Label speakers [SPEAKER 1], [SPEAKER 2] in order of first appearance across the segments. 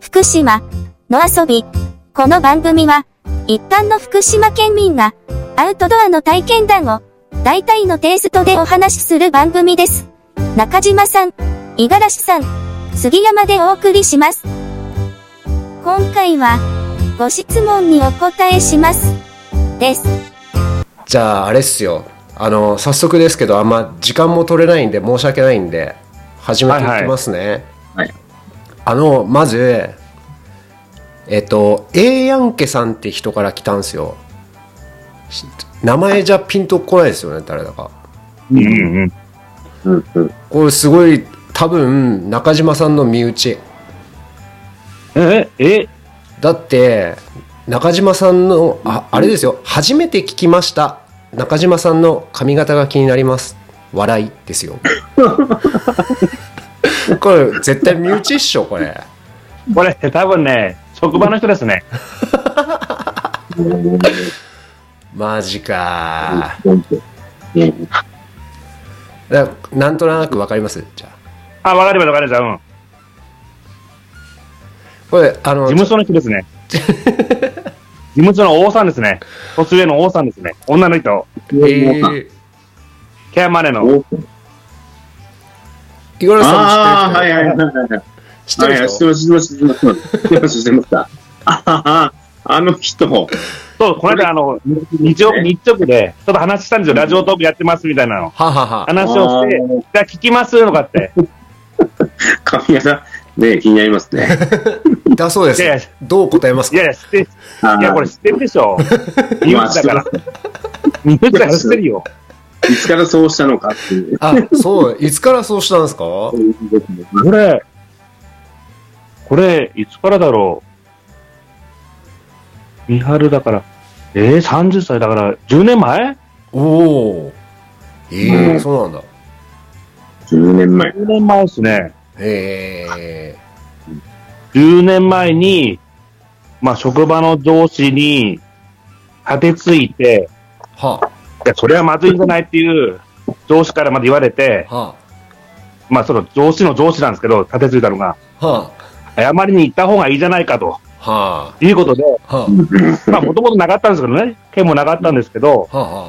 [SPEAKER 1] 福島の遊び。この番組は、一般の福島県民が、アウトドアの体験談を、大体のテイストでお話しする番組です。中島さん、五十嵐さん、杉山でお送りします。今回は、ご質問にお答えします。です。
[SPEAKER 2] じゃああれっすよあの早速ですけどあんま時間も取れないんで申し訳ないんで始めていきますね、
[SPEAKER 3] はい。
[SPEAKER 2] あのまずえっと A ヤンケさんって人から来たんですよし名前じゃピンとこないですよね誰だか
[SPEAKER 4] うんうん。
[SPEAKER 3] うんうん。
[SPEAKER 2] これすごい多分中島さんの身内
[SPEAKER 4] え、え、
[SPEAKER 2] だって中島さんのああれですよ初めて聞きました中島さんの髪型が気になります笑いです よこれ絶対身内っしょこれ
[SPEAKER 4] これ多分ね、職場の人ですね。
[SPEAKER 2] マジか
[SPEAKER 3] うん
[SPEAKER 2] だなんとなくわかりますじゃあ
[SPEAKER 4] あ、わかればわかれば、うん。
[SPEAKER 2] これあ
[SPEAKER 4] 事
[SPEAKER 2] の
[SPEAKER 4] 務所の人ですね。事務所の王さんですね。年上の王さんですね。女の人。
[SPEAKER 2] えー、
[SPEAKER 4] ケアマネの。
[SPEAKER 3] 王さん
[SPEAKER 2] 五十嵐さ
[SPEAKER 3] あ
[SPEAKER 2] ん
[SPEAKER 3] あ、
[SPEAKER 2] も知ってる
[SPEAKER 3] はいはいはいはい。
[SPEAKER 2] 知ってるでし
[SPEAKER 3] 知
[SPEAKER 2] ょ
[SPEAKER 3] ってます、知ってます、知ってます。知ってます、知ってますか。あはは、あの人。
[SPEAKER 4] そう、この間、あの、日曜、日直で、ちょっと話したんですよ。ラジオトークやってますみたいな
[SPEAKER 2] は
[SPEAKER 4] の。
[SPEAKER 2] はは
[SPEAKER 4] 話をして、
[SPEAKER 3] あー
[SPEAKER 4] じゃあ聞きますとかって。
[SPEAKER 3] 髪型、ね、気になりますね。
[SPEAKER 2] だそうで
[SPEAKER 4] いやい
[SPEAKER 2] す
[SPEAKER 4] や
[SPEAKER 2] どう答えますか
[SPEAKER 4] いやいや、知って、い
[SPEAKER 3] あー
[SPEAKER 4] や、これ知ってるでし ょ。身内だから
[SPEAKER 3] ま。
[SPEAKER 4] 身内だから知ってるよ。
[SPEAKER 3] いつからそうしたのかっていう。
[SPEAKER 2] あそういつからそうしたんですか
[SPEAKER 4] これ、これ、いつからだろう。三春だから、えー、30歳だから、10年前
[SPEAKER 2] おおええ
[SPEAKER 3] うん
[SPEAKER 2] そうなんだ
[SPEAKER 3] 10年前。
[SPEAKER 4] ?10 年前ですね。
[SPEAKER 2] ええ
[SPEAKER 4] 10年前に、まあ、職場の上司に、立てついて、
[SPEAKER 2] はい
[SPEAKER 4] や、それはまずいんじゃないっていう、上司からまで言われて、
[SPEAKER 2] あは
[SPEAKER 4] まあ、その上司の上司なんですけど、立てついたのが、
[SPEAKER 2] あは
[SPEAKER 4] 謝りに行った方がいいじゃないかと、
[SPEAKER 2] あは
[SPEAKER 4] いうことで、
[SPEAKER 2] あは
[SPEAKER 4] まあ、もともとなかったんですけどね、件もなかったんですけど、
[SPEAKER 2] あは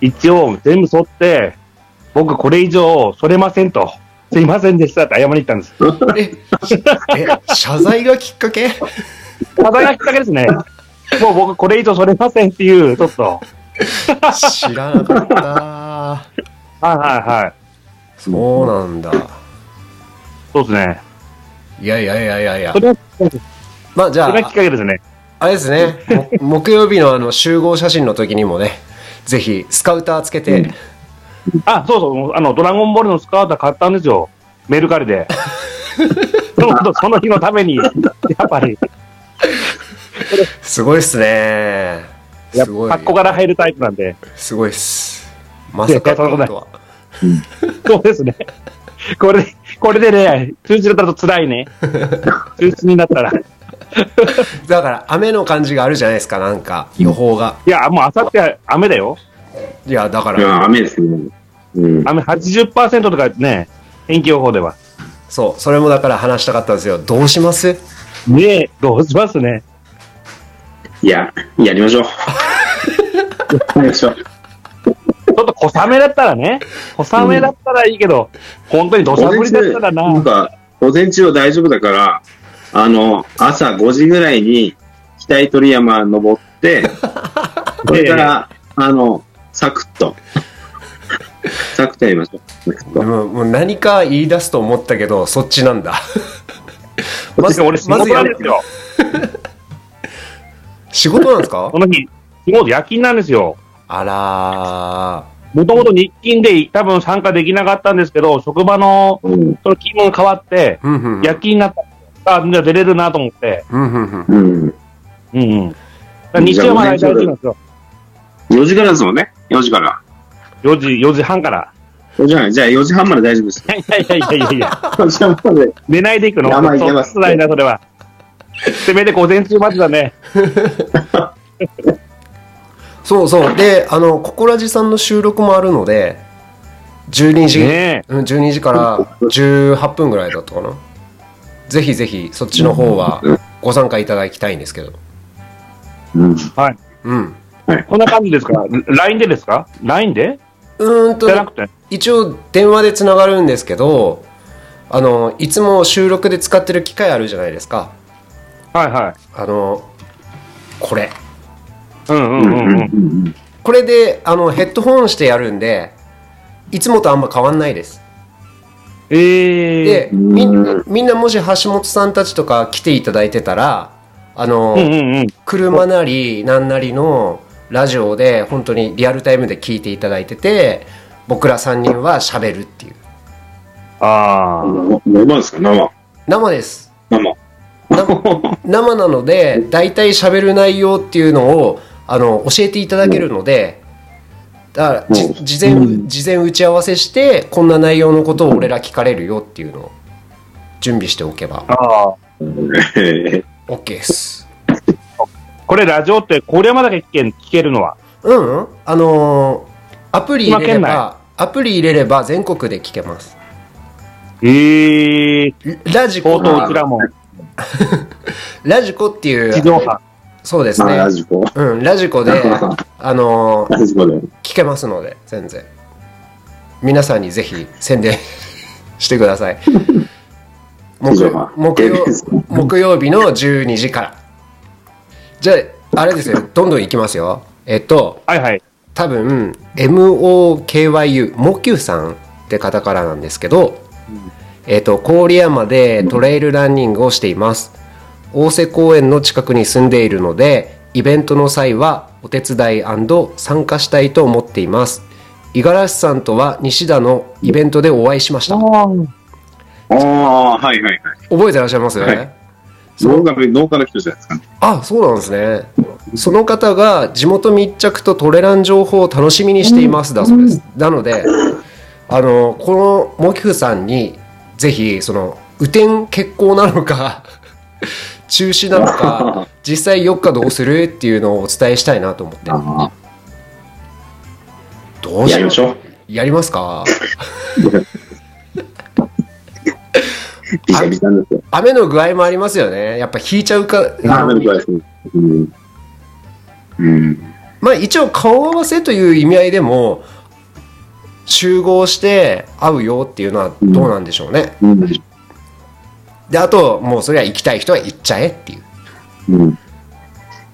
[SPEAKER 4] 一応全部剃って、僕これ以上剃れませんと、すいませんでしたって謝りに行ったんです。
[SPEAKER 2] あええ謝罪がきっかけ
[SPEAKER 4] ただがきっかけですね。もう僕これ以上剃れませんっていう、ちょっと。はい
[SPEAKER 2] 知らなかった
[SPEAKER 4] はいはい。
[SPEAKER 2] そうなんだ
[SPEAKER 4] そうですね。
[SPEAKER 2] いやいやいやいやいや
[SPEAKER 4] それは、そ
[SPEAKER 2] まあじゃ
[SPEAKER 4] れがきっ
[SPEAKER 2] あ
[SPEAKER 4] かけですね。
[SPEAKER 2] あれですねも木曜日のあの集合写真の時にもねぜひスカウターつけて、
[SPEAKER 4] あ、そうそう、あの、ドラゴンボールのスカート買ったんですよ。メルカリで。 そのその日のために、やっぱり、
[SPEAKER 2] すごいっすね
[SPEAKER 4] やっ
[SPEAKER 2] すごい
[SPEAKER 4] ぱ格好から入るタイプなんで。
[SPEAKER 2] すごいっすまさか今度は
[SPEAKER 4] そうですね。これ、これでね、通知だと辛いね。通知になったら。
[SPEAKER 2] だから雨の感じがあるじゃないですかなんか予報が
[SPEAKER 4] いや、もうあさって雨だよ。
[SPEAKER 2] いやだか
[SPEAKER 3] いや、
[SPEAKER 2] ら
[SPEAKER 3] 雨ですね。うん。
[SPEAKER 4] 雨80%とかね、天気予報では。
[SPEAKER 2] そうそれもだから話したかったんですよどうします
[SPEAKER 4] ねえ、どうしますね。
[SPEAKER 3] いや、やりましょう。やりましょう。
[SPEAKER 4] ちょっと小雨だったらね、小雨だったらいいけど、本当に土砂降りだったら
[SPEAKER 3] なん
[SPEAKER 4] な、
[SPEAKER 3] か、午前中は大丈夫だから、あの、朝5時ぐらいに、北糸鳥山登って、 それから、あの、サクッと、サクッとやりましょう。サクッ
[SPEAKER 2] で
[SPEAKER 3] と。
[SPEAKER 2] ももう何か言い出すと思ったけどそっちなん だまず
[SPEAKER 4] 俺仕
[SPEAKER 2] ま
[SPEAKER 4] 事
[SPEAKER 2] ずや
[SPEAKER 4] なん
[SPEAKER 2] る
[SPEAKER 4] ですよ。
[SPEAKER 2] 仕事なんですか
[SPEAKER 4] この日、仕事夜勤なんですよ。
[SPEAKER 2] あら
[SPEAKER 4] もともと日勤で多分参加できなかったんですけど、職場の
[SPEAKER 3] うん。
[SPEAKER 4] その勤務が変わって、
[SPEAKER 2] ーうんうん
[SPEAKER 4] 夜勤になった。あ、じゃあ出れるなと思って。
[SPEAKER 2] うんうんうん
[SPEAKER 3] うん。
[SPEAKER 4] うんうん。だから日曜まで大丈夫なんですよ。
[SPEAKER 3] 4時からですもんね。4時から。
[SPEAKER 4] 4時、4時 半から。
[SPEAKER 3] じゃあ、じゃあ4時半まで大丈夫 です。
[SPEAKER 4] いやいやいやいやいや。
[SPEAKER 3] 4時半まで。
[SPEAKER 4] 寝ないでいくの
[SPEAKER 3] いやまあいけます
[SPEAKER 4] そう辛いな、それは。せめて午前中までだね。
[SPEAKER 2] そうそうであのここらじさんの収録もあるので12時、
[SPEAKER 4] ね
[SPEAKER 2] うん12時から18分ぐらいだったかなぜひぜひそっちの方はご参加いただきたいんですけど。
[SPEAKER 3] うん。
[SPEAKER 4] はい。
[SPEAKER 2] うん。
[SPEAKER 4] こんな感じですか ?LINE でですか ?LINE で
[SPEAKER 2] うーんと
[SPEAKER 4] じゃなくて。
[SPEAKER 2] 一応電話でつながるんですけどあのいつも収録で使ってる機械あるじゃないですか
[SPEAKER 4] はいは
[SPEAKER 2] あのこれ
[SPEAKER 4] い。うんう
[SPEAKER 3] うんんう
[SPEAKER 4] うん
[SPEAKER 3] ん
[SPEAKER 4] う。
[SPEAKER 3] うんん。
[SPEAKER 2] これであのヘッドホンしてやるんでいつもとあんま変わんないです
[SPEAKER 4] え
[SPEAKER 2] で
[SPEAKER 4] え。
[SPEAKER 2] み
[SPEAKER 3] うん
[SPEAKER 2] んみんなもし橋本さんたちとか来ていただいてたらあの、
[SPEAKER 4] うんうんうん。
[SPEAKER 2] 車なりなんなりのラジオで本当にリアルタイムで聞いていただいてて僕ら3人は喋るっていう
[SPEAKER 4] ああ。
[SPEAKER 3] 生ですか生。
[SPEAKER 2] 生です
[SPEAKER 3] 生。
[SPEAKER 2] 生生なので大体喋る内容っていうのをあの教えていただけるのでだから
[SPEAKER 3] うん
[SPEAKER 2] じ事前事前打ち合わせしてこんな内容のことを俺ら聞かれるよっていうのを準備しておけば
[SPEAKER 4] ああ。
[SPEAKER 3] え
[SPEAKER 2] OK です
[SPEAKER 4] これラジオって郡山だけ聞けん聞けるのは。
[SPEAKER 2] うんうんあのーアプリ入れれ
[SPEAKER 4] 今県
[SPEAKER 2] ばアプリ入れれば全国で聞けます
[SPEAKER 4] ええ。
[SPEAKER 2] ラジ
[SPEAKER 4] と
[SPEAKER 2] コ
[SPEAKER 4] うとううちらも
[SPEAKER 2] ラジコってい
[SPEAKER 4] 地
[SPEAKER 2] う
[SPEAKER 4] 上波。
[SPEAKER 2] そうです
[SPEAKER 3] あ、
[SPEAKER 2] ね
[SPEAKER 3] ラジコ。
[SPEAKER 2] うんラジコ であのー
[SPEAKER 3] ラジコで。
[SPEAKER 2] 聞けますので全然皆さんにぜひ宣伝 してください木
[SPEAKER 3] 以上が
[SPEAKER 2] 木曜
[SPEAKER 3] ABS
[SPEAKER 2] 木曜日の12時からじゃああれですよどんどんいきますよえっと
[SPEAKER 4] はいはい。
[SPEAKER 2] 多分 MOKYU モキュさんって方からなんですけど、えっと郡山でトレイルランニングをしています大瀬公園の近くに住んでいるのでイベントの際はお手伝い参加したいと思っています五十嵐さんとは西田のイベントでお会いしました覚
[SPEAKER 3] ああ、はいはいはい。
[SPEAKER 2] えてらっしゃいますよね、
[SPEAKER 3] はい農家の、農家の人じゃないですかね。
[SPEAKER 2] あそうなんですねその方が地元密着とトレラン情報を楽しみにしていますだそうですなのであのこのモキフさんにぜひその雨天決行なのか 中止なのか実際4日どうするっていうのをお伝えしたいなと思って
[SPEAKER 3] あ
[SPEAKER 2] ど
[SPEAKER 3] あ、
[SPEAKER 2] うし
[SPEAKER 3] やりましょう。
[SPEAKER 2] やりますか
[SPEAKER 3] ビシャビシャなんですよ。
[SPEAKER 2] 雨の具合もありますよねやっぱ引いちゃうか
[SPEAKER 3] あめるくらいですね。うん。うん。
[SPEAKER 2] まあ一応顔合わせという意味合いでも集合して会うよっていうのはどうなんでしょうね、
[SPEAKER 3] うん。
[SPEAKER 2] であともうそれは行きたい人は行っちゃえっていう
[SPEAKER 3] うん。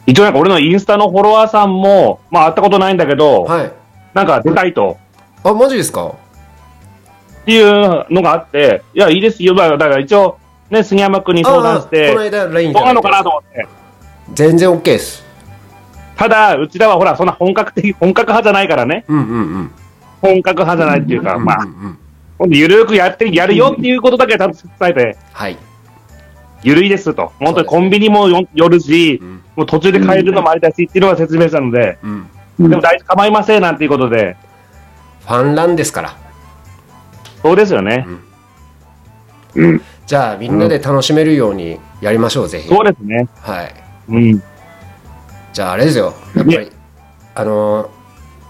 [SPEAKER 4] 一応なんか俺のインスタのフォロワーさんも、まあ会ったことないんだけど、
[SPEAKER 2] はい
[SPEAKER 4] なんか出たいと。
[SPEAKER 2] あマジですか
[SPEAKER 4] っていうのがあって、いや、いいですよ。だからだから一応、ね、杉山君に相談し
[SPEAKER 2] あー
[SPEAKER 4] て
[SPEAKER 2] この、間 LINE い
[SPEAKER 4] ど
[SPEAKER 2] ただ
[SPEAKER 4] うないの
[SPEAKER 2] て
[SPEAKER 4] かなと思って。
[SPEAKER 2] 全然 OK です
[SPEAKER 4] ただ、うちらはほら、そんな本格的、本格派じゃないからね。
[SPEAKER 2] うんうんうん
[SPEAKER 4] 本格派じゃないっていうか、ま
[SPEAKER 2] う
[SPEAKER 4] あ
[SPEAKER 2] ん、うん
[SPEAKER 4] ほんでゆるくやって、やるよっていうことだけちゃんと伝えて、
[SPEAKER 2] はい
[SPEAKER 4] ゆるいですと。本当にコンビニもよ寄るし、もう途中で帰るのもありだしっていうのは説明したので、
[SPEAKER 2] うんフ
[SPEAKER 3] うん
[SPEAKER 4] でも大事構いませんなんていうことで、
[SPEAKER 2] ァンランですから
[SPEAKER 4] そうですよね。
[SPEAKER 3] うん。
[SPEAKER 2] じゃあみんなで楽しめるようにやりましょうぜひ
[SPEAKER 4] そうですね。
[SPEAKER 2] はい
[SPEAKER 4] うん。
[SPEAKER 2] じゃああれですよやっぱり
[SPEAKER 4] ね
[SPEAKER 2] あのー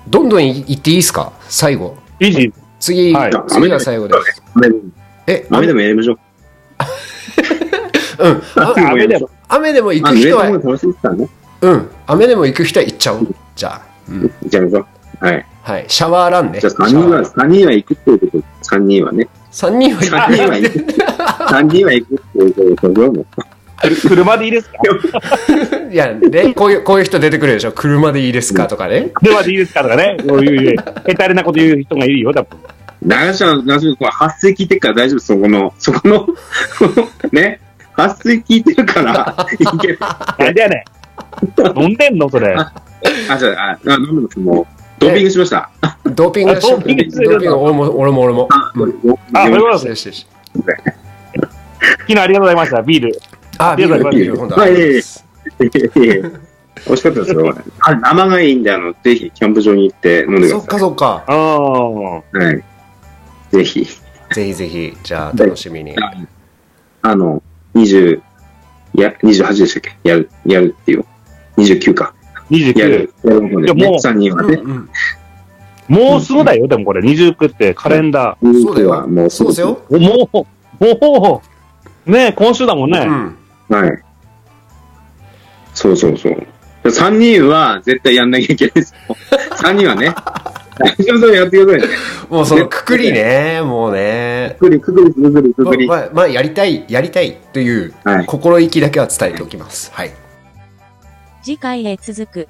[SPEAKER 2] どんどんい行っていいですか最後
[SPEAKER 4] いいし、
[SPEAKER 2] 次、
[SPEAKER 4] はい
[SPEAKER 2] 次が最後です
[SPEAKER 3] 雨
[SPEAKER 2] え
[SPEAKER 3] 雨でもやりましょう。
[SPEAKER 2] うん、あ
[SPEAKER 3] 雨
[SPEAKER 4] 雨でも、
[SPEAKER 2] 雨でも行
[SPEAKER 3] あ、
[SPEAKER 2] く
[SPEAKER 3] イベン
[SPEAKER 2] 人
[SPEAKER 3] トも
[SPEAKER 2] は、
[SPEAKER 3] 楽しいですからね。
[SPEAKER 2] うん、雨でも行く人は行っちゃおう。じゃあ、うん、
[SPEAKER 3] 行っちゃいましょう。はい。
[SPEAKER 2] はい、シャワーランね。
[SPEAKER 3] じゃあ3人は、
[SPEAKER 2] シャワー
[SPEAKER 3] 三人は行くっていうこと三人はね。
[SPEAKER 2] 三人は行
[SPEAKER 3] 三人は行く。三人は行くっていうことでも
[SPEAKER 4] 車でいいですか
[SPEAKER 2] く。 いや、で、こういう、こういう人出てくるでしょ。車でいいですかとかね。
[SPEAKER 4] 車でいいですかとかね。こういう、へたれなこと言う人がいるよ、多分。
[SPEAKER 3] 長嶋の長嶋君は発声聞いてるから大丈夫です。そこの、 そこの、このね。発声聞いてるから、いける。
[SPEAKER 4] なんでやねん。飲んでんのそれ。
[SPEAKER 3] あ、じゃあ、あ、飲むのもう、ドーピングしました。
[SPEAKER 2] ドーピングし
[SPEAKER 4] あドーピングしてる
[SPEAKER 2] ドーピング、俺も、俺も、俺も。
[SPEAKER 3] あ、これ、
[SPEAKER 4] あ、そういうこ
[SPEAKER 2] よ
[SPEAKER 4] と
[SPEAKER 2] し
[SPEAKER 4] で
[SPEAKER 2] よしよし。
[SPEAKER 4] す。昨日ありがとうございました、ビール。
[SPEAKER 2] あ、ビール、
[SPEAKER 4] ビール
[SPEAKER 2] ビール、本当
[SPEAKER 3] はい
[SPEAKER 2] ありがとうございます
[SPEAKER 3] 美味しかったですよ。あれ、生がいいんで、あの、ぜひ、キャンプ場に行って飲んでく
[SPEAKER 2] そ
[SPEAKER 3] だ
[SPEAKER 2] っか
[SPEAKER 3] さ
[SPEAKER 2] そっか。
[SPEAKER 4] うん。
[SPEAKER 3] い。はい。ぜひ、
[SPEAKER 2] ぜひぜひ、じゃあ、楽しみに。
[SPEAKER 3] あの、20、いや、28でしたっけやる、やるっていう。29か。や
[SPEAKER 4] 29
[SPEAKER 3] る。。やるので、
[SPEAKER 4] いや
[SPEAKER 3] ね、
[SPEAKER 4] もう
[SPEAKER 3] 3人は
[SPEAKER 2] うん
[SPEAKER 3] ね、
[SPEAKER 2] うん、
[SPEAKER 4] もうすぐだよ、でもこれ、29ってカレンダ
[SPEAKER 2] そうだ
[SPEAKER 3] 29は
[SPEAKER 2] よ
[SPEAKER 3] も。う
[SPEAKER 2] そうですよ。
[SPEAKER 4] ー。もう、もねえ今週だもんね。
[SPEAKER 2] うん。
[SPEAKER 3] はい。そうそうそう。3人は絶対やんなきゃいけないですよ。3人はね。大丈夫そうやってくださいね。
[SPEAKER 2] もうそのくくりね、もうね。
[SPEAKER 3] くくり、くくり、くくり、くくり。
[SPEAKER 2] まあ、まあ、やりたい、やりたいという
[SPEAKER 3] はい
[SPEAKER 2] 心意気だけは伝えておきます。はい。
[SPEAKER 5] 次回へ続く。